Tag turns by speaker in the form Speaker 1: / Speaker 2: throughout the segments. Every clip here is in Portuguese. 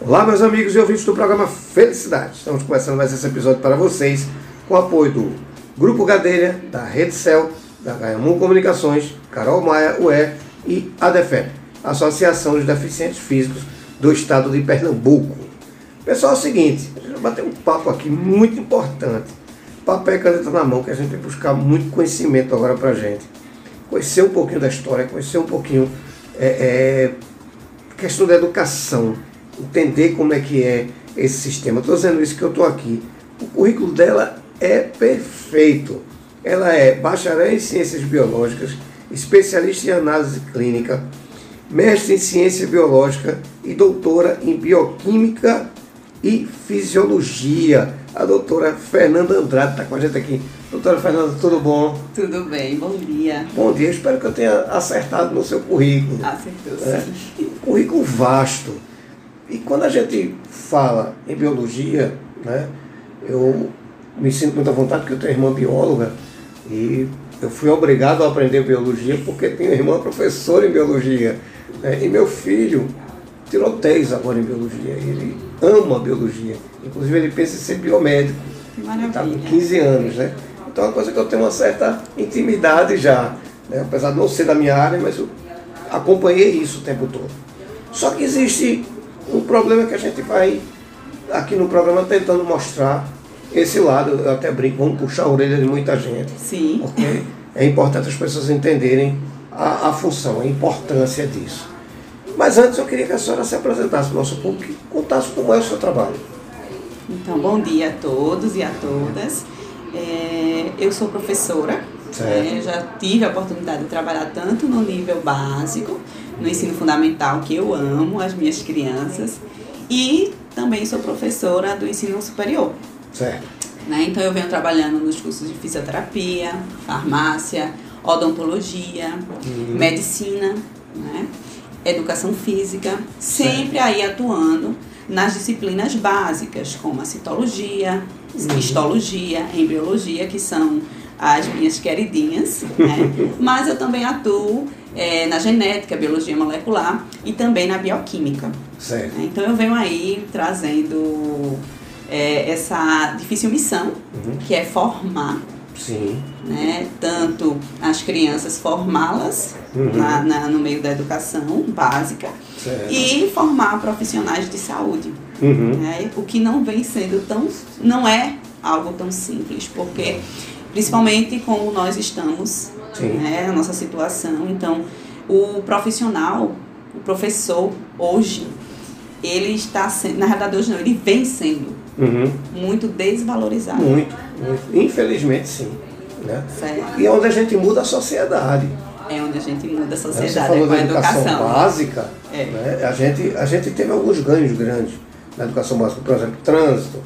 Speaker 1: Olá, meus amigos e ouvintes do programa Felicidade. Estamos começando mais esse episódio para vocês com o apoio do Grupo Gadelha, da Rede Cell, da Gaiamun Comunicações, Carol Maia, UE e ADEFEP, Associação dos Deficientes Físicos do Estado de Pernambuco. Pessoal, é o seguinte, a gente vai bater um papo aqui muito importante. Papel e caneta na mão, que a gente vai buscar muito conhecimento agora para gente. Conhecer um pouquinho da história, conhecer um pouquinho é, é, questão da educação, entender como é que é esse sistema. Estou dizendo isso que eu estou aqui. O currículo dela é perfeito. Ela é bacharel em ciências biológicas, especialista em análise clínica, mestre em ciência biológica e doutora em bioquímica e fisiologia. A doutora Fernanda Andrade está com a gente aqui. Doutora Fernanda, tudo bom?
Speaker 2: Tudo bem, bom dia. Ah,
Speaker 1: Bom dia, espero que eu tenha acertado no seu currículo.
Speaker 2: Acertou,
Speaker 1: né?
Speaker 2: sim.
Speaker 1: Currículo vasto. E quando a gente fala em biologia, né, eu me sinto muito à vontade porque eu tenho irmã bióloga e eu fui obrigado a aprender biologia porque tenho irmã professora em biologia. né? E meu filho tirou 10 agora em biologia. Ele ama biologia. Inclusive ele pensa em ser biomédico.
Speaker 2: Que
Speaker 1: Ele está É. Tá com
Speaker 2: maravilha.
Speaker 1: 15 anos, né? Então é uma coisa que eu tenho uma certa intimidade já. né? Apesar de não ser da minha área, mas eu acompanhei isso o tempo todo. Só que existe um problema que a gente vai aqui no programa tentando mostrar esse lado. Eu até brinco, vamos puxar a orelha de muita gente
Speaker 2: Sim,
Speaker 1: porque é importante as pessoas entenderem a, a função, a importância disso. Mas antes eu queria que a senhora se apresentasse para o nosso público e contasse como é o seu trabalho.
Speaker 2: então bom dia a todos e a todas. É, eu sou professora,
Speaker 1: Certo.
Speaker 2: né, já tive a oportunidade de trabalhar tanto no nível básico, no ensino fundamental, que eu amo as minhas crianças, e também sou professora do ensino superior.
Speaker 1: Certo.
Speaker 2: né? Então eu venho trabalhando nos cursos de fisioterapia, farmácia, odontologia, medicina, né? educação física, sempre aí atuando nas disciplinas básicas, como a citologia, histologia, embriologia, que são as minhas queridinhas, né? mas eu também atuo eh, na genética, biologia molecular e também na bioquímica.
Speaker 1: Certo.
Speaker 2: Então eu venho aí trazendo é, essa difícil missão,
Speaker 1: Uhum.
Speaker 2: que é formar,
Speaker 1: Sim.
Speaker 2: né? Tanto as crianças formá-las
Speaker 1: Uhum. É.
Speaker 2: na- na- no meio da educação básica
Speaker 1: Certo.
Speaker 2: e formar profissionais de saúde,
Speaker 1: Uhum.
Speaker 2: né? O que não vem sendo tão, não é algo tão simples, porque principalmente como nós estamos,
Speaker 1: Sim.
Speaker 2: né? A nossa situação, então o profissional, o professor hoje, ele está sendo, na verdade hoje não, ele vem sendo
Speaker 1: Uhum.
Speaker 2: muito desvalorizado,
Speaker 1: Muito, muito. Infelizmente, sim. Né?
Speaker 2: certo?
Speaker 1: E é onde a gente muda a sociedade.
Speaker 2: É onde a gente muda a
Speaker 1: Né? Você
Speaker 2: sociedade, é
Speaker 1: falou
Speaker 2: com
Speaker 1: da
Speaker 2: a
Speaker 1: educação,
Speaker 2: educação.
Speaker 1: básica,
Speaker 2: É.
Speaker 1: né? a, gente, a gente teve alguns ganhos grandes na educação básica, por exemplo, trânsito.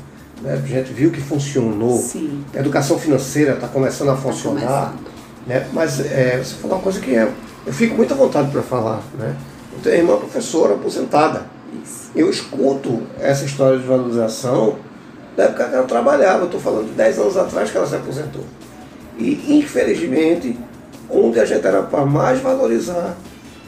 Speaker 1: Né? A gente viu que funcionou.
Speaker 2: Sim, Tá
Speaker 1: A educação financeira está começando a funcionar,
Speaker 2: começando.
Speaker 1: né? mas é, você falou uma coisa que é, eu fico muito à vontade para falar. Né? Eu tenho uma irmã professora aposentada.
Speaker 2: isso.
Speaker 1: Eu escuto essa história de valorização da época que ela trabalhava. Eu estou falando de 10 anos atrás que ela se aposentou. E, infelizmente, onde a gente era para mais valorizar,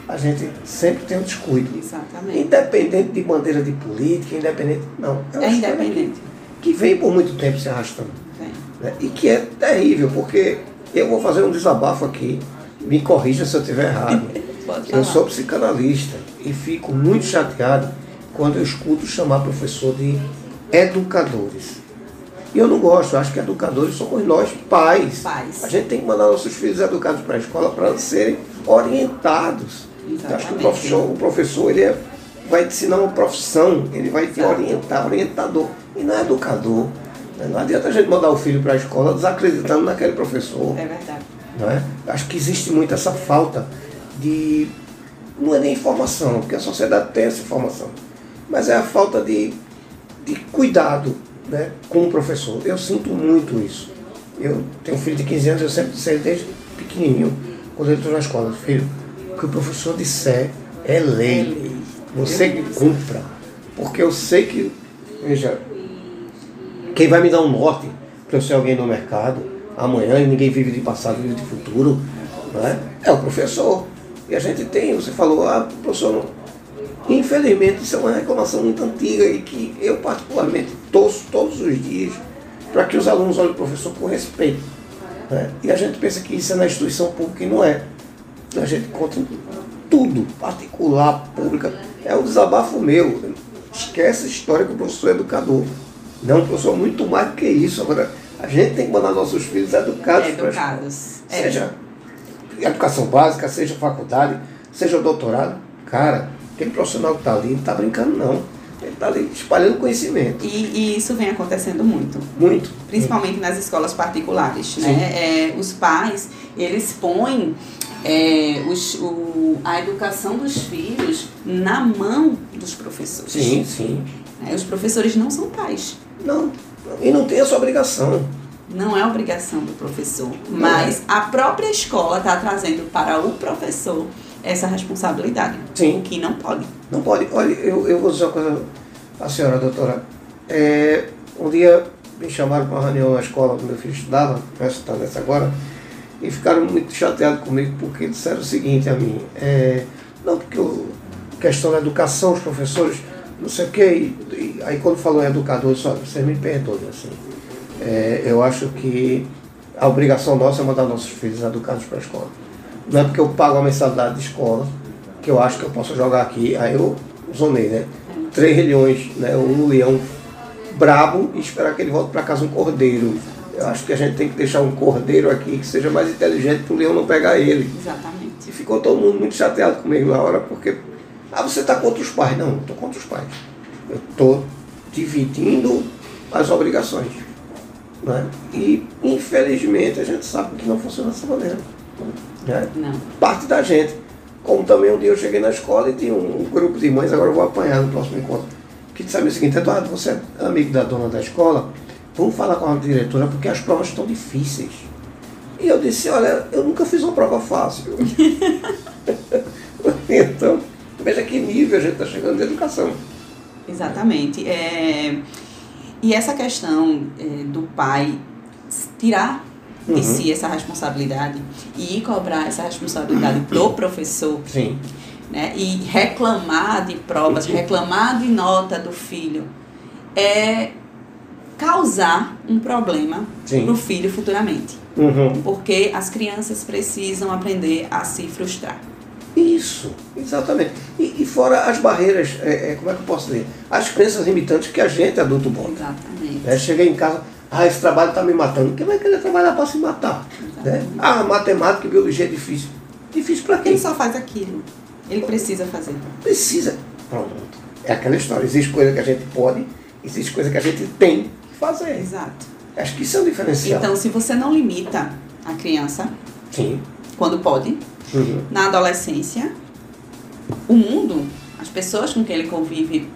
Speaker 1: a gente sempre tem um descuido.
Speaker 2: Exatamente.
Speaker 1: Independente de bandeira de política, independente. Não. uma
Speaker 2: É
Speaker 1: história
Speaker 2: independente.
Speaker 1: Que vem por muito tempo se arrastando
Speaker 2: Vem.
Speaker 1: né? e que é terrível, porque eu vou fazer um desabafo aqui, me corrija se eu estiver errado.
Speaker 2: Pode falar.
Speaker 1: Eu sou psicanalista e fico muito chateado quando eu escuto chamar professor de educadores. E eu não gosto, eu acho que educadores somos nós, pais.
Speaker 2: Pais.
Speaker 1: A gente tem que mandar nossos filhos educados para a escola para serem orientados. Eu acho que o
Speaker 2: Exatamente.
Speaker 1: professor, o professor ele é- vai te ensinar uma profissão, ele vai te orientar, orientador, e não é educador. né? Não adianta a gente mandar o filho para a escola desacreditando naquele professor.
Speaker 2: É verdade.
Speaker 1: Não é? Acho que existe muito essa falta de. Não é nem informação, porque a sociedade tem essa informação, mas é a falta de, de cuidado né, com o professor. Eu sinto muito isso. Eu tenho um filho de 15 anos, eu sempre disse a ele desde pequenininho, quando ele entrou na escola: Filho, o que o professor disser é lei.
Speaker 2: É lei.
Speaker 1: Você cumpra. Porque eu sei que. Veja, quem vai me dar um norte para eu ser alguém no mercado amanhã e ninguém vive de passado, vive de É futuro, né? é o professor. E a gente tem, você falou, ah, professor, não- Infelizmente, isso é uma reclamação muito antiga e que eu, particularmente, torço todos os dias para que os alunos olhem o professor com respeito. né? E a gente pensa que isso é na instituição pública e não é. A gente conta tudo, particular, pública. É um desabafo meu. Esquece a história que o professor é educador. Não, o professor é muito mais do que isso. Agora, a gente tem que mandar nossos filhos educados para a escola
Speaker 2: Educados. É.
Speaker 1: seja educação básica, seja faculdade, seja doutorado, cara, aquele profissional que está ali não está brincando não. Ele está ali espalhando conhecimento.
Speaker 2: E, e isso vem acontecendo muito.
Speaker 1: Muito.
Speaker 2: principalmente nas escolas particulares, né? É, os pais, eles põem é, os- o- a educação dos filhos na mão dos professores.
Speaker 1: Sim, sim.
Speaker 2: né? Os professores não são pais.
Speaker 1: Não. E não tem essa obrigação.
Speaker 2: Não é obrigação do
Speaker 1: É
Speaker 2: professor, mas a própria escola está trazendo para o professor essa responsabilidade,
Speaker 1: Sim.
Speaker 2: que não pode.
Speaker 1: Não pode. Olha, eu, eu vou dizer uma coisa à senhora, doutora. É, um dia me chamaram para uma reunião na escola que meu filho estudava, essa está nessa agora, e ficaram muito chateados comigo porque disseram o seguinte a mim, é, não porque eu, questão da educação, os professores, não sei o quê, e, e aí quando falou em educador, eu disse, olha, vocês me perdoem, assim, é, eu acho que a obrigação nossa é mandar nossos filhos educados para a escola. Não é porque eu pago a mensalidade de escola que eu acho que eu posso jogar aqui. Aí eu zonei, né? Três leões, né? Um leão brabo e esperar que ele volte para casa um cordeiro. Eu acho que a gente tem que deixar um cordeiro aqui que seja mais inteligente para o leão não pegar ele. E
Speaker 2: Exatamente.
Speaker 1: ficou todo mundo muito chateado comigo na hora, porque. Ah, você está contra os pais. Não, eu estou contra os pais. Eu estou dividindo as obrigações. Né? E, infelizmente, a gente sabe que não funciona dessa maneira. Né?
Speaker 2: Não.
Speaker 1: Parte da gente. Como também um dia eu cheguei na escola e tinha um, um grupo de mães, agora eu vou apanhar no próximo encontro, que sabe o seguinte: Eduardo, você é amigo da dona da escola, vamos falar com a diretora porque as provas estão difíceis. E eu disse: Olha, eu nunca fiz uma prova fácil. Então, veja que nível a gente está chegando de educação.
Speaker 2: Exatamente. É, e essa questão é, do pai s- tirar
Speaker 1: Uhum.
Speaker 2: de si essa responsabilidade e cobrar essa responsabilidade do professor,
Speaker 1: Sim.
Speaker 2: né? E reclamar de provas, reclamar de nota do filho, é causar um problema
Speaker 1: Sim.
Speaker 2: para o filho futuramente.
Speaker 1: Uhum.
Speaker 2: Porque as crianças precisam aprender a se frustrar.
Speaker 1: Isso, exatamente. E, e fora as barreiras, é, é, como é que eu posso dizer? As crenças limitantes que a gente, adulto, bom.
Speaker 2: Exatamente.
Speaker 1: Né? Cheguei em casa, ah, esse trabalho está me matando. Quem vai querer trabalhar para se matar? Né? Ah, matemática e biologia é difícil. Difícil para
Speaker 2: Ele
Speaker 1: quem?
Speaker 2: só faz aquilo. Ele precisa fazer.
Speaker 1: Precisa. Pronto. É aquela história. Existe coisa que a gente pode, existe coisa que a gente tem que fazer.
Speaker 2: Exato.
Speaker 1: Acho que isso é um diferencial.
Speaker 2: Então, se você não limita a criança
Speaker 1: Sim.
Speaker 2: quando pode,
Speaker 1: Uhum.
Speaker 2: na adolescência, o mundo, as pessoas com quem ele convive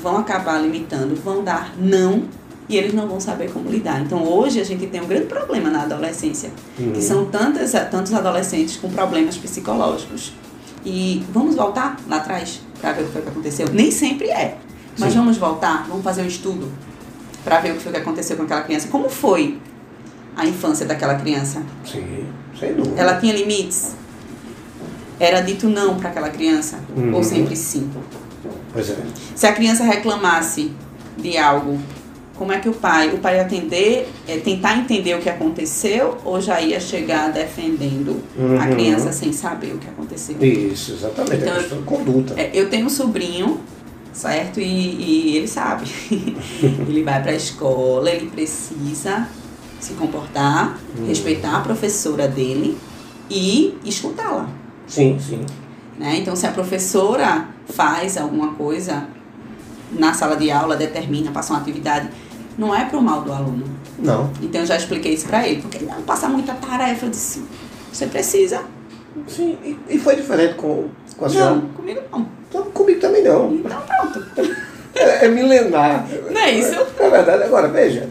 Speaker 2: vão acabar limitando, vão dar não e eles não vão saber como lidar. Então, hoje a gente tem um grande problema na adolescência, que são tantas, tantos adolescentes com problemas psicológicos. E vamos voltar lá atrás para ver o que foi que aconteceu. Nem sempre é, mas
Speaker 1: Sim.
Speaker 2: vamos voltar, vamos fazer um estudo para ver o que foi que aconteceu com aquela criança. Como foi a infância daquela criança?
Speaker 1: Sim, sem dúvida.
Speaker 2: Ela tinha limites? Era dito não para aquela criança?
Speaker 1: Uhum.
Speaker 2: Ou sempre sim?
Speaker 1: Pois é.
Speaker 2: Se a criança reclamasse de algo, como é que o pai? O pai ia atender, é, tentar entender o que aconteceu ou já ia chegar defendendo a
Speaker 1: Uhum.
Speaker 2: criança sem saber o que aconteceu?
Speaker 1: Isso, exatamente.
Speaker 2: Então,
Speaker 1: é questão de conduta.
Speaker 2: É, eu tenho um sobrinho, certo? E, e ele sabe. ele vai para a escola, ele precisa se comportar,
Speaker 1: Uhum.
Speaker 2: respeitar a professora dele e escutá-la.
Speaker 1: Sim, sim.
Speaker 2: né? Então, se a professora faz alguma coisa na sala de aula, determina, passa uma atividade, não é pro mal do aluno.
Speaker 1: Não.
Speaker 2: Então, eu já expliquei isso para ele, porque ele não passa muita tarefa. Eu disse, você precisa.
Speaker 1: Sim. E, e foi diferente com, com a senhora?
Speaker 2: Não, comigo não.
Speaker 1: Então, comigo também não.
Speaker 2: Então, pronto.
Speaker 1: É, é milenar.
Speaker 2: Não é isso?
Speaker 1: É verdade. Agora, veja.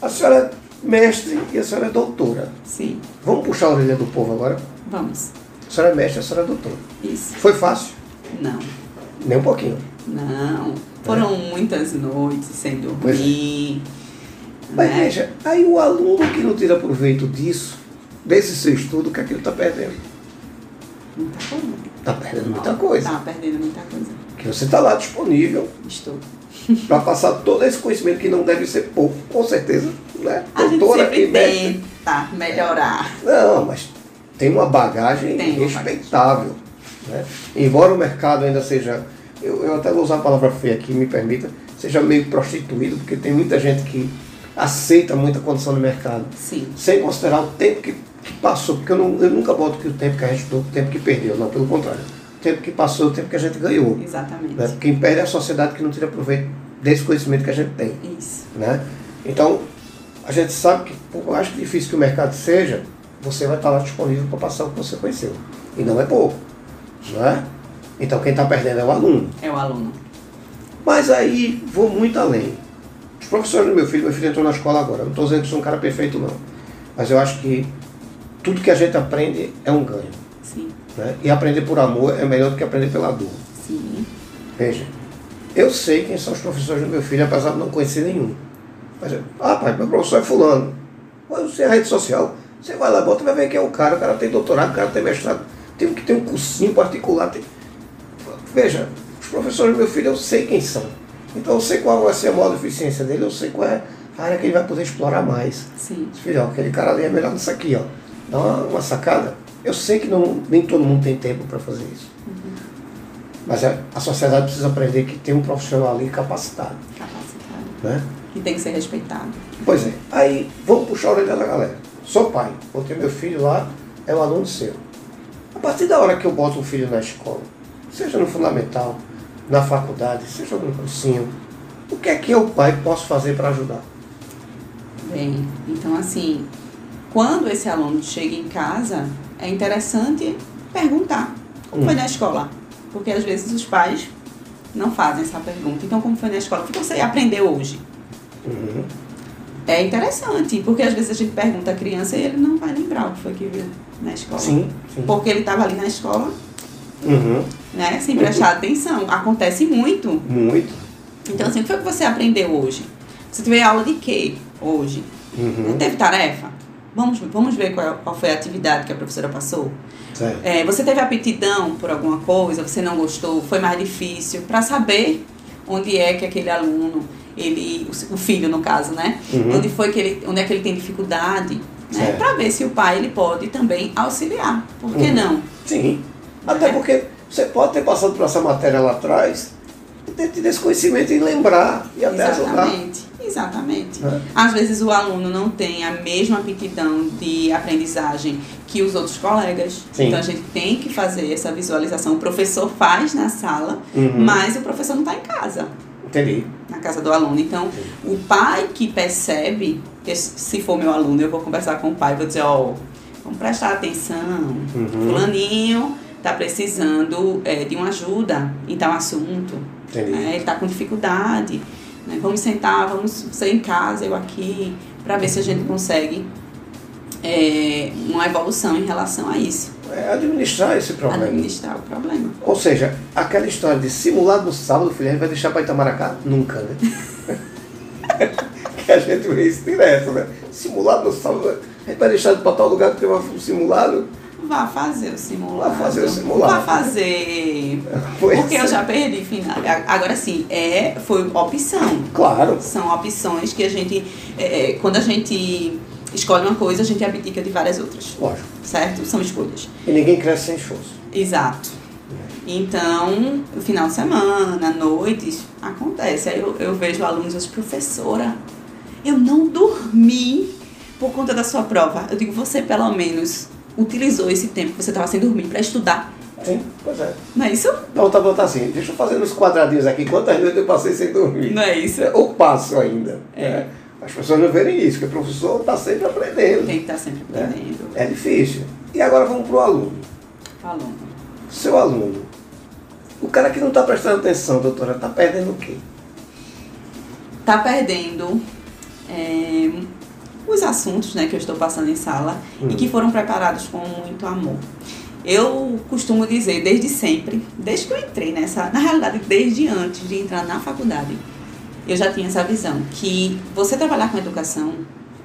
Speaker 1: A senhora é mestre e a senhora é doutora.
Speaker 2: Sim,
Speaker 1: Vamos puxar a orelha do povo agora?
Speaker 2: vamos.
Speaker 1: A senhora é mestre, a senhora é doutora.
Speaker 2: Isso.
Speaker 1: Foi fácil?
Speaker 2: Não,
Speaker 1: Nem um pouquinho.
Speaker 2: não.
Speaker 1: É.
Speaker 2: Foram muitas noites sem dormir.
Speaker 1: Mas
Speaker 2: né?
Speaker 1: veja, aí o é aluno que não tira proveito disso, desse seu estudo, o que é que ele está perdendo?
Speaker 2: Muita coisa.
Speaker 1: Tá perdendo muita coisa.
Speaker 2: Tá perdendo muita coisa.
Speaker 1: Que você está lá disponível
Speaker 2: Estou.
Speaker 1: para passar todo esse conhecimento que não deve ser pouco, com certeza, né?
Speaker 2: A gente
Speaker 1: Doutora né? e
Speaker 2: sempre
Speaker 1: mestre.
Speaker 2: tenta melhorar.
Speaker 1: Não, mas tem uma bagagem
Speaker 2: Tem uma
Speaker 1: respeitável. né? Embora o mercado ainda seja, eu, eu até vou usar a palavra feia aqui, me permita, seja meio prostituído, porque tem muita gente que aceita muita condição do mercado,
Speaker 2: Sim.
Speaker 1: sem considerar o tempo que, que passou, porque eu, não- eu nunca boto que o tempo que a gente deu, o tempo que perdeu, não, pelo contrário. O tempo que passou, é o tempo que a gente ganhou.
Speaker 2: Exatamente.
Speaker 1: Né? Quem perde é a sociedade que não tira proveito desse conhecimento que a gente tem.
Speaker 2: Isso.
Speaker 1: Né? Então, a gente sabe que, por mais que difícil que o mercado seja, você vai estar lá disponível para passar o que você conheceu. E não é pouco. Né? Então, quem está perdendo é o aluno.
Speaker 2: É o aluno.
Speaker 1: Mas aí, vou muito além. Os professores do meu filho, meu filho entrou na escola agora. Não estou dizendo que sou um cara perfeito, não. Mas eu acho que tudo que a gente aprende é um ganho.
Speaker 2: Sim.
Speaker 1: Né? E aprender por amor é melhor do que aprender pela dor.
Speaker 2: Sim.
Speaker 1: Veja, eu sei quem são os professores do meu filho, apesar de não conhecer nenhum. Mas, eu, ah, pai, meu professor é fulano. Mas você é a rede social, você vai lá, bota, vai ver quem é o cara, o cara tem doutorado, o cara tem mestrado, tem um que tem um cursinho particular. tem- Veja, os professores do meu filho eu sei quem são. Então eu sei qual vai ser a maior deficiência dele, eu sei qual é a área que ele vai poder explorar mais.
Speaker 2: Sim.
Speaker 1: Filhão, aquele cara ali é melhor nisso aqui, ó. Dá uma, uma sacada. Eu sei que não, nem todo mundo tem tempo para fazer isso. Mas é, a, a sociedade precisa aprender que tem um profissional ali capacitado,
Speaker 2: Capacitado.
Speaker 1: né?
Speaker 2: Que tem que ser respeitado.
Speaker 1: Pois é. Aí, vamos puxar a orelha da galera. Sou pai, botei meu filho lá, é um aluno seu. A partir da hora que eu boto o filho na escola, seja no fundamental, na faculdade, seja no cursinho, o que é que eu, pai, posso fazer para ajudar?
Speaker 2: Bem, então assim, quando esse aluno chega em casa, é interessante perguntar como
Speaker 1: Hum.
Speaker 2: foi na escola. Porque às vezes os pais não fazem essa pergunta. Então, como foi na escola? O que você aprendeu hoje?
Speaker 1: Uhum.
Speaker 2: É interessante, porque às vezes a gente pergunta à criança e ele não vai lembrar o que foi que viu na escola.
Speaker 1: Sim, sim.
Speaker 2: Porque ele estava ali na escola,
Speaker 1: Uhum.
Speaker 2: né? Sem prestar atenção. Acontece muito.
Speaker 1: Muito.
Speaker 2: Então, assim, o que foi que você aprendeu hoje? Você teve aula de quê hoje?
Speaker 1: Uhum.
Speaker 2: Teve tarefa? Vamos, vamos ver qual, é, qual foi a atividade que a professora passou?
Speaker 1: Certo.
Speaker 2: É, você teve aptidão por alguma coisa? Você não gostou? Foi mais difícil? Para saber onde é que aquele aluno, ele, o s- o filho no caso, né?
Speaker 1: Uhum.
Speaker 2: Onde foi que ele, onde é que ele tem dificuldade? Né?
Speaker 1: Certo.
Speaker 2: Para ver se o pai ele pode também auxiliar. Por que
Speaker 1: Uhum.
Speaker 2: não?
Speaker 1: Sim. Até porque você pode ter passado por essa matéria lá atrás e ter tido esse conhecimento e lembrar e até ajudar.
Speaker 2: Exatamente, exatamente.
Speaker 1: Né?
Speaker 2: Às vezes o aluno não tem a mesma aptidão de aprendizagem que os outros colegas.
Speaker 1: Sim.
Speaker 2: Então a gente tem que fazer essa visualização. O professor faz na sala,
Speaker 1: Uhum.
Speaker 2: mas o professor não está em casa,
Speaker 1: Entendi.
Speaker 2: na casa do aluno. Então o pai que percebe, que se for meu aluno, eu vou conversar com o pai, vou dizer, ó, vamos prestar atenção.
Speaker 1: Uhum.
Speaker 2: Fulaninho está precisando eh, de uma ajuda em tal assunto né?
Speaker 1: Entendi.
Speaker 2: Ele está com dificuldade. né? Vamos sentar, vamos ser em casa, eu aqui, para ver se a gente consegue é, uma evolução em relação a isso.
Speaker 1: É administrar esse problema.
Speaker 2: Administrar o problema.
Speaker 1: Ou seja, aquela história de simulado no sábado, filho, a gente vai deixar para Itamaracá? Nunca, né? que a gente vê isso direto, né? Simulado no sábado, a gente vai deixar de botar o lugar porque vai um simulado.
Speaker 2: Vá fazer o simulado.
Speaker 1: Vá fazer o simulado.
Speaker 2: Vá fazer.
Speaker 1: Pois
Speaker 2: Porque eu
Speaker 1: é.
Speaker 2: já perdi final. Agora sim, é, foi opção.
Speaker 1: Claro.
Speaker 2: São opções que a gente. é, é, quando a gente escolhe uma coisa, a gente abdica de várias outras.
Speaker 1: Lógico.
Speaker 2: Certo? São escolhas.
Speaker 1: E ninguém cresce sem esforço.
Speaker 2: Exato. Então, no final de semana, noites, acontece. Aí eu, eu vejo alunos e digo, professora, eu não dormi por conta da sua prova. Eu digo, você pelo menos utilizou esse tempo que você estava sem dormir para estudar.
Speaker 1: Sim, pois é.
Speaker 2: Não é isso?
Speaker 1: Não, tá bom, tá assim. Deixa eu fazer nos quadradinhos aqui quantas noites eu passei sem dormir.
Speaker 2: Não é isso?
Speaker 1: Ou passo ainda.
Speaker 2: É.
Speaker 1: né? As pessoas não verem isso, porque o professor está sempre aprendendo.
Speaker 2: Tem que estar sempre
Speaker 1: né?
Speaker 2: aprendendo.
Speaker 1: É difícil. E agora vamos para o aluno.
Speaker 2: Aluno.
Speaker 1: Seu aluno. O cara que não está prestando atenção, doutora, está perdendo o quê?
Speaker 2: Tá perdendo é, os assuntos né, que eu estou passando em sala e
Speaker 1: Hum.
Speaker 2: que foram preparados com muito amor. Eu costumo dizer desde sempre, desde que eu entrei nessa, na realidade, desde antes de entrar na faculdade, eu já tinha essa visão que você trabalhar com educação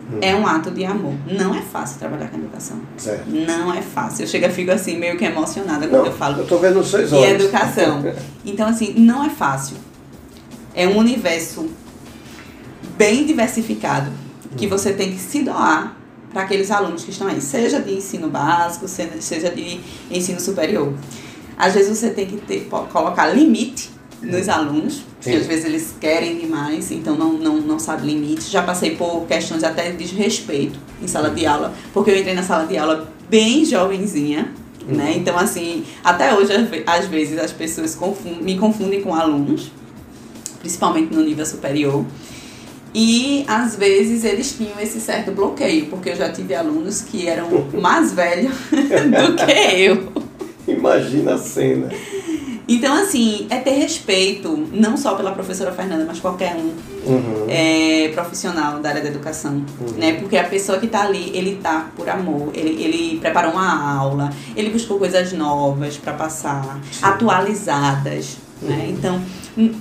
Speaker 1: Hum.
Speaker 2: É um ato de amor. Não é fácil trabalhar com educação.
Speaker 1: Certo.
Speaker 2: Não é fácil. Eu chego e fico assim, meio que emocionada quando
Speaker 1: Não,
Speaker 2: eu falo.
Speaker 1: eu tô vendo os seus
Speaker 2: e
Speaker 1: olhos.
Speaker 2: educação. Então, assim, não é fácil. É um universo bem diversificado que você tem que se doar para aqueles alunos que estão aí, seja de ensino básico, seja seja de ensino superior. Às vezes você tem que ter, po- colocar limite nos alunos, porque
Speaker 1: Sim.
Speaker 2: às vezes eles querem demais, então não, não, não sabe limite. Já passei por questões até de desrespeito em sala de aula, porque eu entrei na sala de aula bem jovenzinha, né? Então, assim, até hoje, às ve- às vezes, as pessoas confun- me confundem com alunos, principalmente no nível superior. E às vezes eles tinham esse certo bloqueio, porque eu já tive alunos que eram mais velhos do que eu.
Speaker 1: Imagina a cena.
Speaker 2: Então, assim, é ter respeito, não só pela professora Fernanda, mas qualquer um
Speaker 1: Uhum.
Speaker 2: é, profissional da área da educação, né? Porque a pessoa que tá ali, ele tá por amor, ele, ele preparou uma aula, ele buscou coisas novas para passar, atualizadas, né? Então,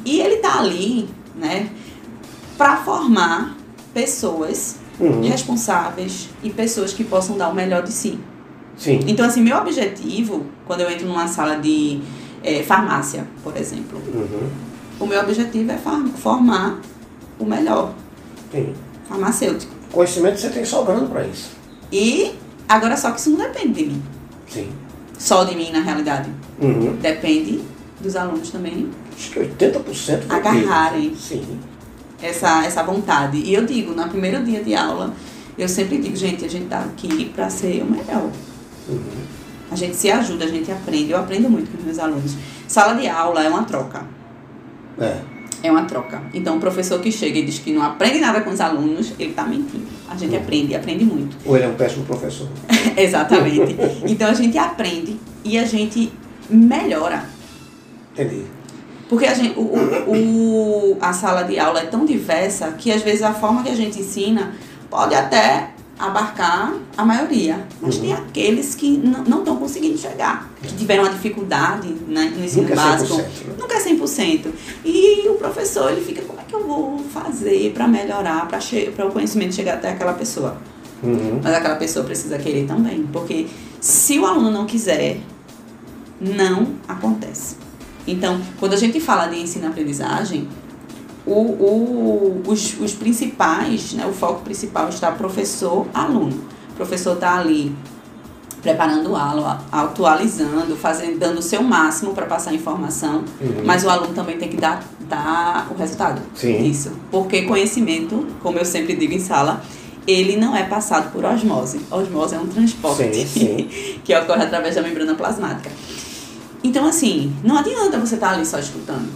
Speaker 2: e ele tá ali, né, para formar pessoas
Speaker 1: Uhum.
Speaker 2: responsáveis e pessoas que possam dar o melhor de si.
Speaker 1: Sim.
Speaker 2: Então, assim, meu objetivo, quando eu entro numa sala de eh, farmácia, por exemplo,
Speaker 1: Uhum.
Speaker 2: o meu objetivo é far- formar o melhor
Speaker 1: Sim.
Speaker 2: farmacêutico.
Speaker 1: Conhecimento você tem sobrando para isso.
Speaker 2: E agora só que isso não depende de mim.
Speaker 1: Sim.
Speaker 2: Só de mim, na realidade.
Speaker 1: Uhum.
Speaker 2: Depende dos alunos também
Speaker 1: Acho que 80% foi
Speaker 2: Agarrarem.
Speaker 1: isso. Sim.
Speaker 2: essa, essa vontade. E eu digo, no primeiro dia de aula, eu sempre digo, gente, a gente tá aqui para ser o melhor.
Speaker 1: Uhum.
Speaker 2: A gente se ajuda, a gente aprende. Eu aprendo muito com os meus alunos. Sala de aula é uma troca.
Speaker 1: É.
Speaker 2: É uma troca. Então, o professor que chega e diz que não aprende nada com os alunos, ele tá mentindo. A gente aprende, e aprende muito.
Speaker 1: Ou ele é um péssimo professor.
Speaker 2: Exatamente. Então, a gente aprende e a gente melhora.
Speaker 1: Entendi.
Speaker 2: Porque a, gente, o, o, o- a sala de aula é tão diversa que às vezes a forma que a gente ensina pode até abarcar a maioria. Mas
Speaker 1: Uhum.
Speaker 2: tem aqueles que n- não estão conseguindo chegar, que tiveram uma dificuldade né, no ensino
Speaker 1: Nunca é 100%,
Speaker 2: básico.
Speaker 1: né?
Speaker 2: Nunca é 100%. E o professor ele fica, como é que eu vou fazer para melhorar, para o conhecimento chegar até aquela pessoa?
Speaker 1: Uhum.
Speaker 2: Mas aquela pessoa precisa querer também, porque se o aluno não quiser, não acontece. Então, quando a gente fala de ensino-aprendizagem, o, o- os, os principais, né, o foco principal está professor-aluno. O professor está ali preparando aula, atualizando, fazendo, dando o seu máximo para passar a informação,
Speaker 1: Uhum.
Speaker 2: mas o aluno também tem que dar, dar o resultado
Speaker 1: Sim.
Speaker 2: disso. Porque conhecimento, como eu sempre digo em sala, ele não é passado por osmose. Osmose é um transporte
Speaker 1: Sim, sim.
Speaker 2: que ocorre através da membrana plasmática. Então, assim, não adianta você estar ali só escutando.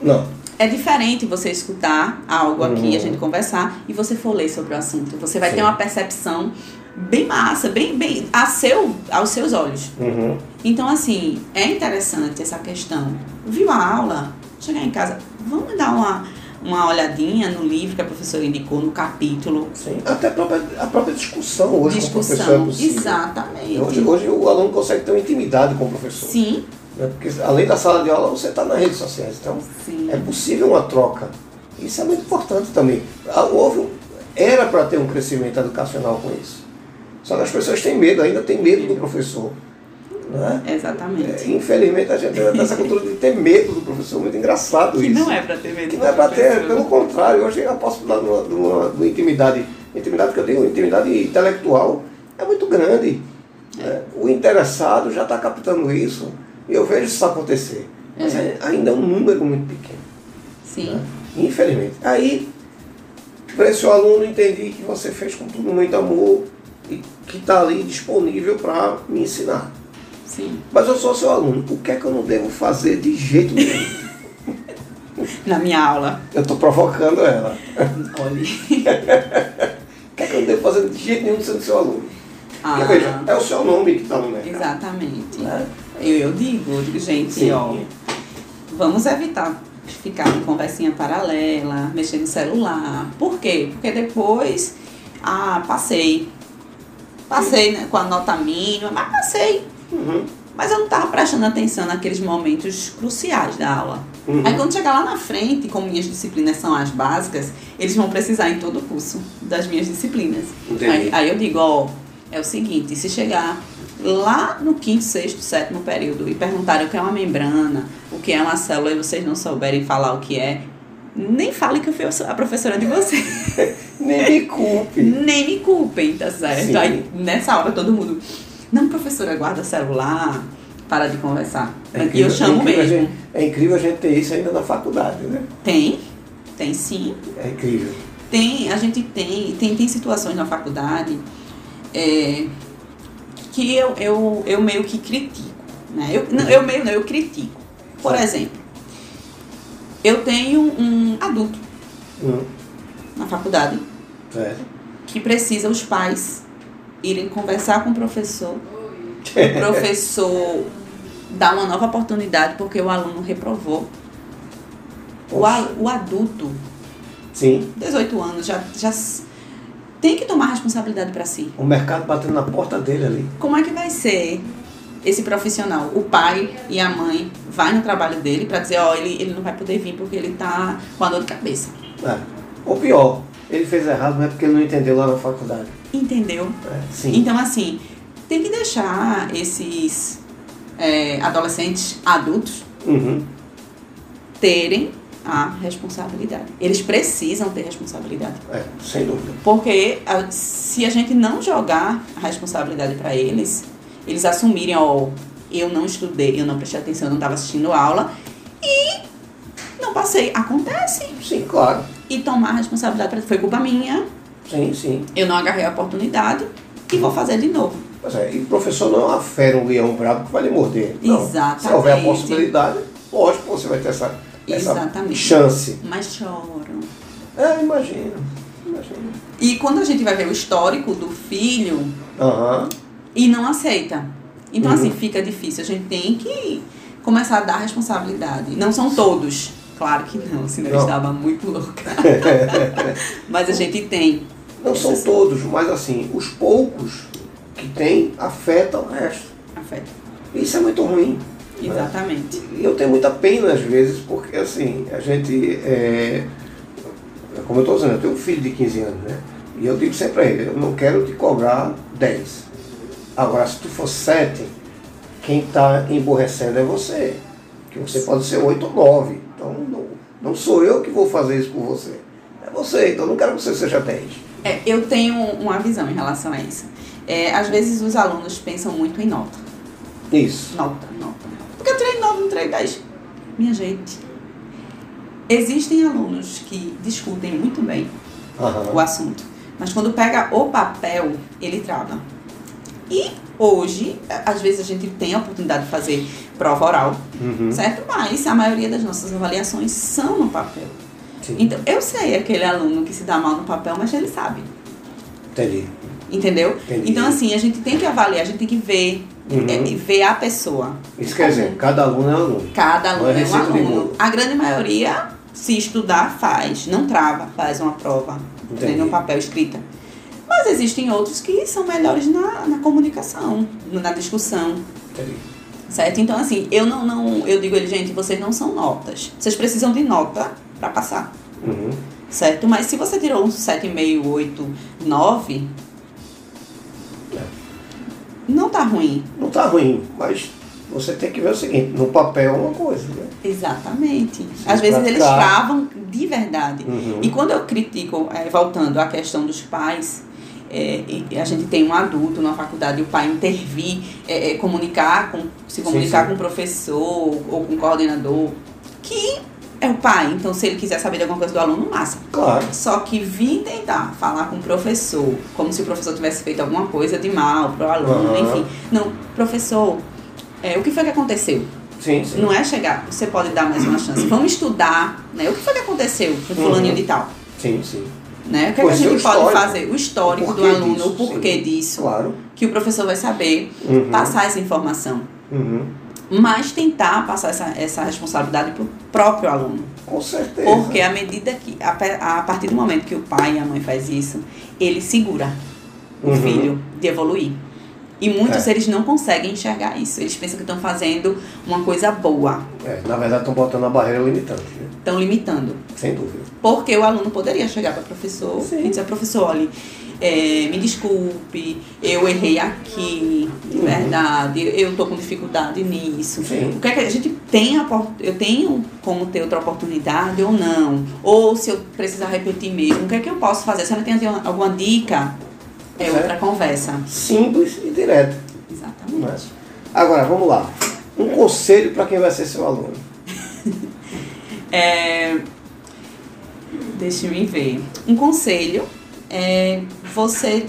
Speaker 1: Não.
Speaker 2: É diferente você escutar algo aqui,
Speaker 1: Uhum.
Speaker 2: a gente conversar, e você for ler sobre o assunto. Você vai
Speaker 1: Sim.
Speaker 2: ter uma percepção bem massa, bem, bem a seu, aos seus olhos.
Speaker 1: Uhum.
Speaker 2: Então, assim, é interessante essa questão. Viu a aula? Chegar em casa, vamos dar uma, uma olhadinha no livro que a professora indicou, no capítulo.
Speaker 1: Sim. Até a própria, a própria discussão hoje com o professor é
Speaker 2: discussão.
Speaker 1: possível.
Speaker 2: Exatamente.
Speaker 1: Hoje, hoje o aluno consegue ter uma intimidade com o professor.
Speaker 2: Sim,
Speaker 1: né? Porque além da sala de aula, você está nas redes sociais. Então,
Speaker 2: sim.
Speaker 1: é possível uma troca. Isso é muito importante também. Ah, Houve, um- era para ter um crescimento educacional com isso. Só que as pessoas têm medo, ainda têm medo do professor. Né? É,
Speaker 2: Exatamente.
Speaker 1: infelizmente, a gente tem essa cultura de ter medo do professor. Muito engraçado
Speaker 2: que
Speaker 1: isso.
Speaker 2: não é pra ter medo.
Speaker 1: Que não é
Speaker 2: do
Speaker 1: para ter,
Speaker 2: professor.
Speaker 1: pelo contrário, hoje a possibilidade de uma, de uma- de uma intimidade, intimidade que eu digo, intimidade intelectual, é muito grande.
Speaker 2: É.
Speaker 1: né? O interessado já está captando isso e eu vejo isso acontecer. Mas
Speaker 2: É.
Speaker 1: é- ainda é um número muito pequeno,
Speaker 2: Sim.
Speaker 1: né? infelizmente. Aí, para esse aluno, entendi que você fez com tudo muito amor e que está ali disponível para me ensinar. É.
Speaker 2: Sim.
Speaker 1: Mas eu sou seu aluno, o que é que eu não devo fazer de jeito nenhum?
Speaker 2: Na minha aula.
Speaker 1: eu estou provocando ela.
Speaker 2: Olha.
Speaker 1: O que é que eu não devo fazer de jeito nenhum sendo seu aluno?
Speaker 2: Ah,
Speaker 1: Porque, veja, é o seu nome que está no mercado.
Speaker 2: exatamente.
Speaker 1: Né?
Speaker 2: Eu, eu digo, eu digo, gente,
Speaker 1: Sim.
Speaker 2: ó, vamos evitar ficar em conversinha paralela, mexer no celular. Por quê? Porque depois, ah, passei. Passei né, com a nota mínima, mas passei.
Speaker 1: Uhum.
Speaker 2: Mas eu não estava prestando atenção naqueles momentos cruciais da aula.
Speaker 1: Uhum.
Speaker 2: Aí quando chegar lá na frente, como minhas disciplinas são as básicas, eles vão precisar em todo o curso das minhas disciplinas.
Speaker 1: Entendi.
Speaker 2: Aí, aí eu digo, ó, é o seguinte, se chegar lá no quinto, sexto, sétimo período e perguntarem o que é uma membrana, o que é uma célula e vocês não souberem falar o que é, nem fale que eu fui a professora de vocês.
Speaker 1: Nem me culpe.
Speaker 2: Nem me culpem, tá certo?
Speaker 1: Sim.
Speaker 2: Aí nessa hora todo mundo, não, professora, guarda celular, para de conversar. e É eu
Speaker 1: É incrível
Speaker 2: chamo
Speaker 1: a
Speaker 2: mesmo.
Speaker 1: gente- é incrível a gente ter isso ainda na faculdade, né?
Speaker 2: Tem, tem sim.
Speaker 1: É incrível.
Speaker 2: Tem, a gente tem, tem, tem situações na faculdade é, que eu, eu, eu meio que critico. Né? Eu, não, eu meio não, eu critico. Por
Speaker 1: Certo.
Speaker 2: exemplo, eu tenho um adulto
Speaker 1: Hum,
Speaker 2: na faculdade
Speaker 1: certo.
Speaker 2: que precisa os pais irem conversar com o professor. O professor dá uma nova oportunidade porque o aluno reprovou. O, a- o adulto,
Speaker 1: Sim.
Speaker 2: 18 anos, já, já s- tem que tomar responsabilidade para si.
Speaker 1: O mercado batendo na porta dele ali.
Speaker 2: Como é que vai ser esse profissional? O pai e a mãe vai no trabalho dele para dizer, ó, ele, ele não vai poder vir porque ele tá com a dor de cabeça.
Speaker 1: É. Ou pior, ele fez errado, não é porque ele não entendeu lá na faculdade.
Speaker 2: Entendeu?
Speaker 1: É, sim.
Speaker 2: Então, assim, tem que deixar esses é, adolescentes adultos
Speaker 1: Uhum.
Speaker 2: terem a responsabilidade. Eles precisam ter responsabilidade.
Speaker 1: É, sem dúvida.
Speaker 2: Porque a- se a gente não jogar a responsabilidade para eles, eles assumirem, ó, eu não estudei, eu não prestei atenção, eu não estava assistindo aula e não passei. Acontece.
Speaker 1: Sim, claro.
Speaker 2: E tomar a responsabilidade pra- foi culpa minha,
Speaker 1: Sim, sim.
Speaker 2: eu não agarrei a oportunidade e vou fazer de novo.
Speaker 1: Pois é, e o professor não afere um leão brabo que vai lhe morder. Não.
Speaker 2: Exatamente.
Speaker 1: Se houver a possibilidade, lógico que você vai ter essa, essa
Speaker 2: Exatamente.
Speaker 1: chance.
Speaker 2: Mas choram.
Speaker 1: É, imagina. Imagina.
Speaker 2: E quando a gente vai ver o histórico do filho
Speaker 1: Aham.
Speaker 2: e não aceita. Então,
Speaker 1: Uhum.
Speaker 2: assim, fica difícil. A gente tem que começar a dar responsabilidade. Não são todos, claro que não, senão eu
Speaker 1: Não.
Speaker 2: estava muito louca. Mas a gente tem.
Speaker 1: Não
Speaker 2: é
Speaker 1: são todos, mas assim, os poucos que tem afetam o resto.
Speaker 2: Afeto.
Speaker 1: Isso é muito ruim.
Speaker 2: Exatamente.
Speaker 1: E eu tenho muita pena às vezes, porque assim, a gente. É, como eu estou dizendo, eu tenho um filho de 15 anos, né? E eu digo sempre a ele, eu não quero te cobrar 10. Agora, se tu for 7, quem está emborrecendo é você. Que você pode ser 8 ou 9. Então não, não sou eu que vou fazer isso por você. É você, então eu não quero que você seja 10.
Speaker 2: É, eu tenho uma visão em relação a isso. É, às vezes os alunos pensam muito em nota.
Speaker 1: Isso.
Speaker 2: Nota, nota. Porque eu tirei 9, não tirei 10. Minha gente. Existem alunos que discutem muito bem o
Speaker 1: Aham.
Speaker 2: assunto. Mas quando pega o papel, ele trava. E hoje, a- às vezes a gente tem a oportunidade de fazer prova oral,
Speaker 1: Uhum.
Speaker 2: certo? Mas a maioria das nossas avaliações são no papel.
Speaker 1: Sim.
Speaker 2: Então, eu sei aquele aluno que se dá mal no papel, mas ele sabe,
Speaker 1: Entendi.
Speaker 2: entendeu?
Speaker 1: Entendi.
Speaker 2: Então, assim, a gente tem que avaliar, a gente tem que ver,
Speaker 1: Uhum.
Speaker 2: é, e ver a pessoa.
Speaker 1: Isso quer dizer, cada aluno é um aluno.
Speaker 2: Cada
Speaker 1: Não
Speaker 2: aluno
Speaker 1: é
Speaker 2: é um
Speaker 1: receita de
Speaker 2: aluno.
Speaker 1: bolo.
Speaker 2: A grande maioria, se estudar, faz. Não trava, faz uma prova.
Speaker 1: Entendi.
Speaker 2: Tem um papel escrita. Mas existem outros que são melhores na, na comunicação, na discussão,
Speaker 1: Entendi.
Speaker 2: certo? Então, assim, eu não, não... Eu digo a ele, gente, vocês não são notas. Vocês precisam de nota para passar,
Speaker 1: Uhum.
Speaker 2: certo? Mas se você tirou um 7,5, 8, 9...
Speaker 1: É.
Speaker 2: Não tá ruim.
Speaker 1: Não tá ruim, mas você tem que ver o seguinte, no papel é uma coisa, né?
Speaker 2: Exatamente. Às vezes eles
Speaker 1: praticar.
Speaker 2: travam de verdade.
Speaker 1: Uhum.
Speaker 2: E quando eu critico, eh, voltando à questão dos pais, eh, e a gente tem um adulto na faculdade e o pai intervir, eh, eh, comunicar com, se comunicar
Speaker 1: sim.
Speaker 2: com o professor ou com o coordenador, que é o pai. Então, se ele quiser saber de alguma coisa do aluno, massa.
Speaker 1: Claro.
Speaker 2: Só que vim tentar falar com o professor, como se o professor tivesse feito alguma coisa de mal pro aluno,
Speaker 1: Aham.
Speaker 2: enfim. Não, professor, eh, o que foi que aconteceu?
Speaker 1: Sim, sim.
Speaker 2: Não é chegar, você pode dar mais uma chance. Vamos estudar, né? O que foi que aconteceu com fulaninho
Speaker 1: Uhum.
Speaker 2: de tal?
Speaker 1: Sim, sim.
Speaker 2: Né? O que, é que
Speaker 1: Pois
Speaker 2: a
Speaker 1: é, o
Speaker 2: gente pode
Speaker 1: histórico.
Speaker 2: fazer? O histórico
Speaker 1: O
Speaker 2: do
Speaker 1: porquê
Speaker 2: aluno,
Speaker 1: disso,
Speaker 2: o porquê
Speaker 1: sim.
Speaker 2: disso,
Speaker 1: Claro.
Speaker 2: que o professor vai saber
Speaker 1: Uhum.
Speaker 2: passar essa informação.
Speaker 1: Uhum.
Speaker 2: Mas tentar passar essa, essa responsabilidade para o próprio aluno.
Speaker 1: Com certeza.
Speaker 2: Porque à medida que, a, pe- a partir do momento que o pai e a mãe faz isso, ele segura o
Speaker 1: Uhum.
Speaker 2: filho de evoluir. E muitos
Speaker 1: É.
Speaker 2: eles não conseguem enxergar isso. Eles pensam que estão fazendo uma coisa boa,
Speaker 1: É, na verdade, estão botando a barreira limitante, né?
Speaker 2: estão limitando.
Speaker 1: Sem dúvida.
Speaker 2: Porque o aluno poderia chegar para o professor
Speaker 1: Sim.
Speaker 2: e dizer, professor, olha, é, me desculpe, eu errei aqui, de
Speaker 1: Uhum.
Speaker 2: verdade, eu estou com dificuldade nisso.
Speaker 1: Sim.
Speaker 2: O que é que a gente tem, a por- eu tenho como ter outra oportunidade ou não? Ou se eu precisar repetir mesmo, o que é que eu posso fazer? Se ela tem alguma dica, é
Speaker 1: Pois é.
Speaker 2: outra conversa.
Speaker 1: Simples e direto.
Speaker 2: Exatamente.
Speaker 1: né? Agora, vamos lá. Um conselho para quem vai ser seu aluno.
Speaker 2: É, deixa eu ver. Um conselho é você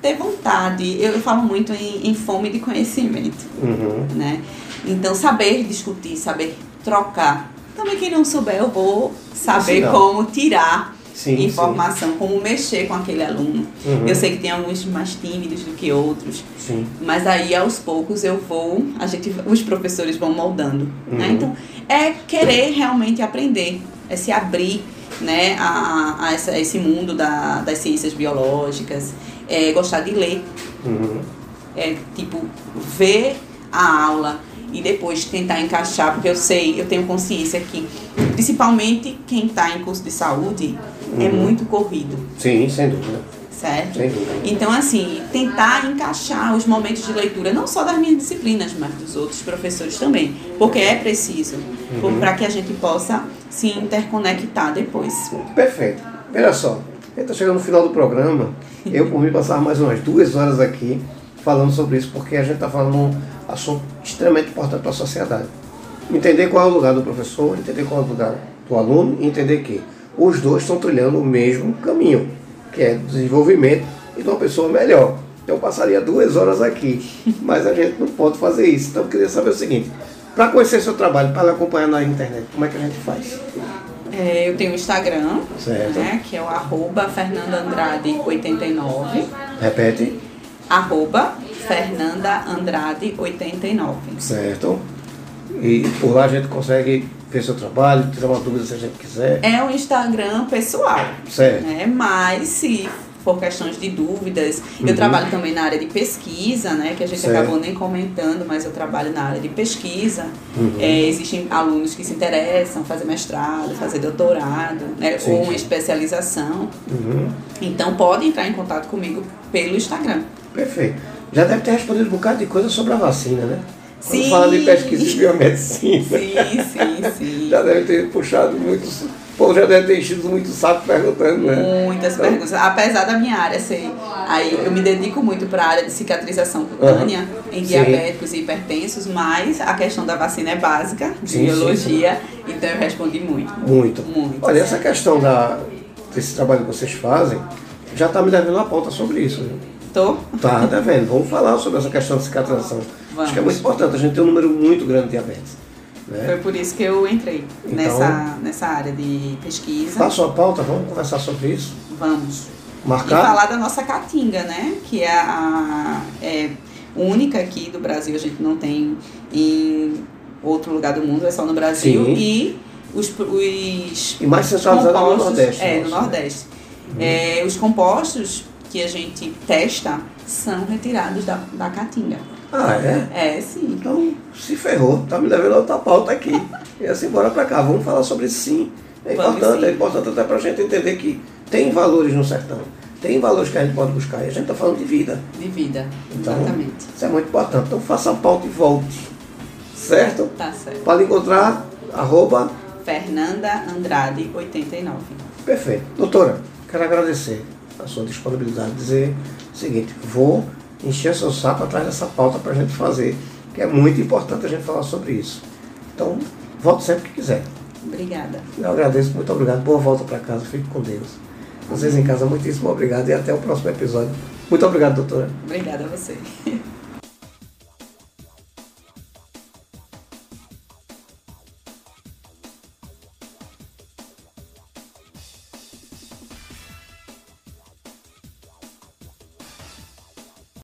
Speaker 2: ter vontade. Eu falo muito em, em fome de conhecimento,
Speaker 1: Uhum.
Speaker 2: né? Então, saber discutir, saber trocar. Também quem não souber, eu vou saber
Speaker 1: Ensinar.
Speaker 2: como tirar
Speaker 1: Sim,
Speaker 2: informação, como mexer com aquele aluno.
Speaker 1: sim. Uhum.
Speaker 2: Eu sei que tem alguns mais tímidos do que outros,
Speaker 1: Sim.
Speaker 2: mas aí aos poucos eu vou, a gente, os professores vão moldando, né?
Speaker 1: Uhum.
Speaker 2: Então é querer realmente aprender, é se abrir, né, a, a- a essa- esse mundo da- das ciências biológicas, é gostar de ler,
Speaker 1: Uhum.
Speaker 2: é tipo ver a aula e depois tentar encaixar, porque eu sei, eu tenho consciência que principalmente quem está em curso de saúde é
Speaker 1: Uhum.
Speaker 2: muito corrido,
Speaker 1: Sim, sem dúvida.
Speaker 2: certo?
Speaker 1: Sem dúvida.
Speaker 2: Então, assim, tentar encaixar os momentos de leitura, não só das minhas disciplinas, mas dos outros professores também, porque é preciso,
Speaker 1: Uhum.
Speaker 2: para que a gente possa se interconectar depois.
Speaker 1: Perfeito. Veja só, eu estou chegando no final do programa. Eu, por mim, passava mais umas duas horas aqui falando sobre isso, porque a gente está falando um assunto extremamente importante para a sociedade. Entender qual é o lugar do professor, entender qual é o lugar do aluno e entender que os dois estão trilhando o mesmo caminho, que é desenvolvimento e de uma pessoa melhor. Então, eu passaria duas horas aqui, mas a gente não pode fazer isso. Então, eu queria saber o seguinte: para conhecer seu trabalho, para acompanhar na internet, como é que a gente faz?
Speaker 2: É, eu tenho o Instagram,
Speaker 1: Certo.
Speaker 2: né, que é o arroba fernandaandrade89,
Speaker 1: Repete.
Speaker 2: arroba fernandaandrade89.
Speaker 1: Certo. E por lá a gente consegue ver seu trabalho, tirar uma dúvida se a gente quiser.
Speaker 2: É um Instagram pessoal,
Speaker 1: Certo.
Speaker 2: né? Mas se for questões de dúvidas,
Speaker 1: Uhum.
Speaker 2: eu trabalho também na área de pesquisa, né? Que a gente
Speaker 1: Certo.
Speaker 2: acabou nem comentando, mas eu trabalho na área de pesquisa.
Speaker 1: Uhum.
Speaker 2: É, existem alunos que se interessam, fazer mestrado, fazer doutorado, né?
Speaker 1: Sim,
Speaker 2: Ou uma
Speaker 1: sim.
Speaker 2: especialização.
Speaker 1: Uhum.
Speaker 2: Então pode entrar em contato comigo pelo Instagram.
Speaker 1: Perfeito. Já deve ter respondido um bocado de coisa sobre a vacina, né? Quando
Speaker 2: Sim.
Speaker 1: fala de pesquisa e biomedicina,
Speaker 2: Sim, sim, sim.
Speaker 1: já deve ter puxado muitos. Pô, já deve ter enchido muito saco perguntando, né?
Speaker 2: Muitas
Speaker 1: Então-
Speaker 2: perguntas. Apesar da minha área ser. Aí eu me dedico muito para a área de cicatrização cutânea em
Speaker 1: Sim.
Speaker 2: diabéticos e hipertensos, mas a questão da vacina é básica, de
Speaker 1: Sim, Hum. sim,
Speaker 2: biologia, então eu respondi muito.
Speaker 1: Muito.
Speaker 2: Muito.
Speaker 1: Olha, essa questão da, desse trabalho que vocês fazem já está me devendo uma pauta sobre isso, viu?
Speaker 2: Tô?
Speaker 1: Tá, tá vendo? Vamos falar sobre essa questão da cicatrização. Acho que é
Speaker 2: Vamos.
Speaker 1: muito importante. A gente tem um número muito grande de diabetes. Né?
Speaker 2: Foi por isso que eu entrei
Speaker 1: Então-
Speaker 2: nessa, nessa área de pesquisa.
Speaker 1: Faça a Tá, pauta, vamos conversar sobre isso.
Speaker 2: Vamos. E
Speaker 1: Marcar?
Speaker 2: falar da nossa caatinga, né? Que é a é única aqui do Brasil, a gente não tem em outro lugar do mundo, é só no Brasil.
Speaker 1: Sim.
Speaker 2: E os, os
Speaker 1: E mais centralizado no Nordeste.
Speaker 2: É,
Speaker 1: nossa,
Speaker 2: no
Speaker 1: né?
Speaker 2: Nordeste. É, os compostos que a gente testa são retirados da, da caatinga.
Speaker 1: Ah, é?
Speaker 2: É, sim.
Speaker 1: Então, se ferrou. Tá me devendo outra pauta aqui. E assim, bora pra cá. Vamos falar sobre isso sim. É
Speaker 2: Vamos
Speaker 1: importante,
Speaker 2: sim.
Speaker 1: é importante até pra gente entender que tem valores no sertão. Tem valores que a gente pode buscar. E a gente tá falando de vida.
Speaker 2: De vida.
Speaker 1: Então-
Speaker 2: Exatamente.
Speaker 1: Isso é muito importante. Então, faça a pauta e volte. Certo?
Speaker 2: Tá certo.
Speaker 1: Para encontrar, arroba
Speaker 2: Fernanda Andrade, 89.
Speaker 1: Perfeito. Doutora, quero agradecer a sua disponibilidade. Dizer o seguinte: vou encher seu saco atrás dessa pauta para a gente fazer, que é muito importante a gente falar sobre isso. Então, volte sempre que quiser.
Speaker 2: Obrigada.
Speaker 1: Eu agradeço, muito obrigado. Boa volta para casa, fique com Deus. é Vocês em casa, muitíssimo obrigado e até o próximo episódio. Muito obrigado, doutora.
Speaker 2: Obrigada a você.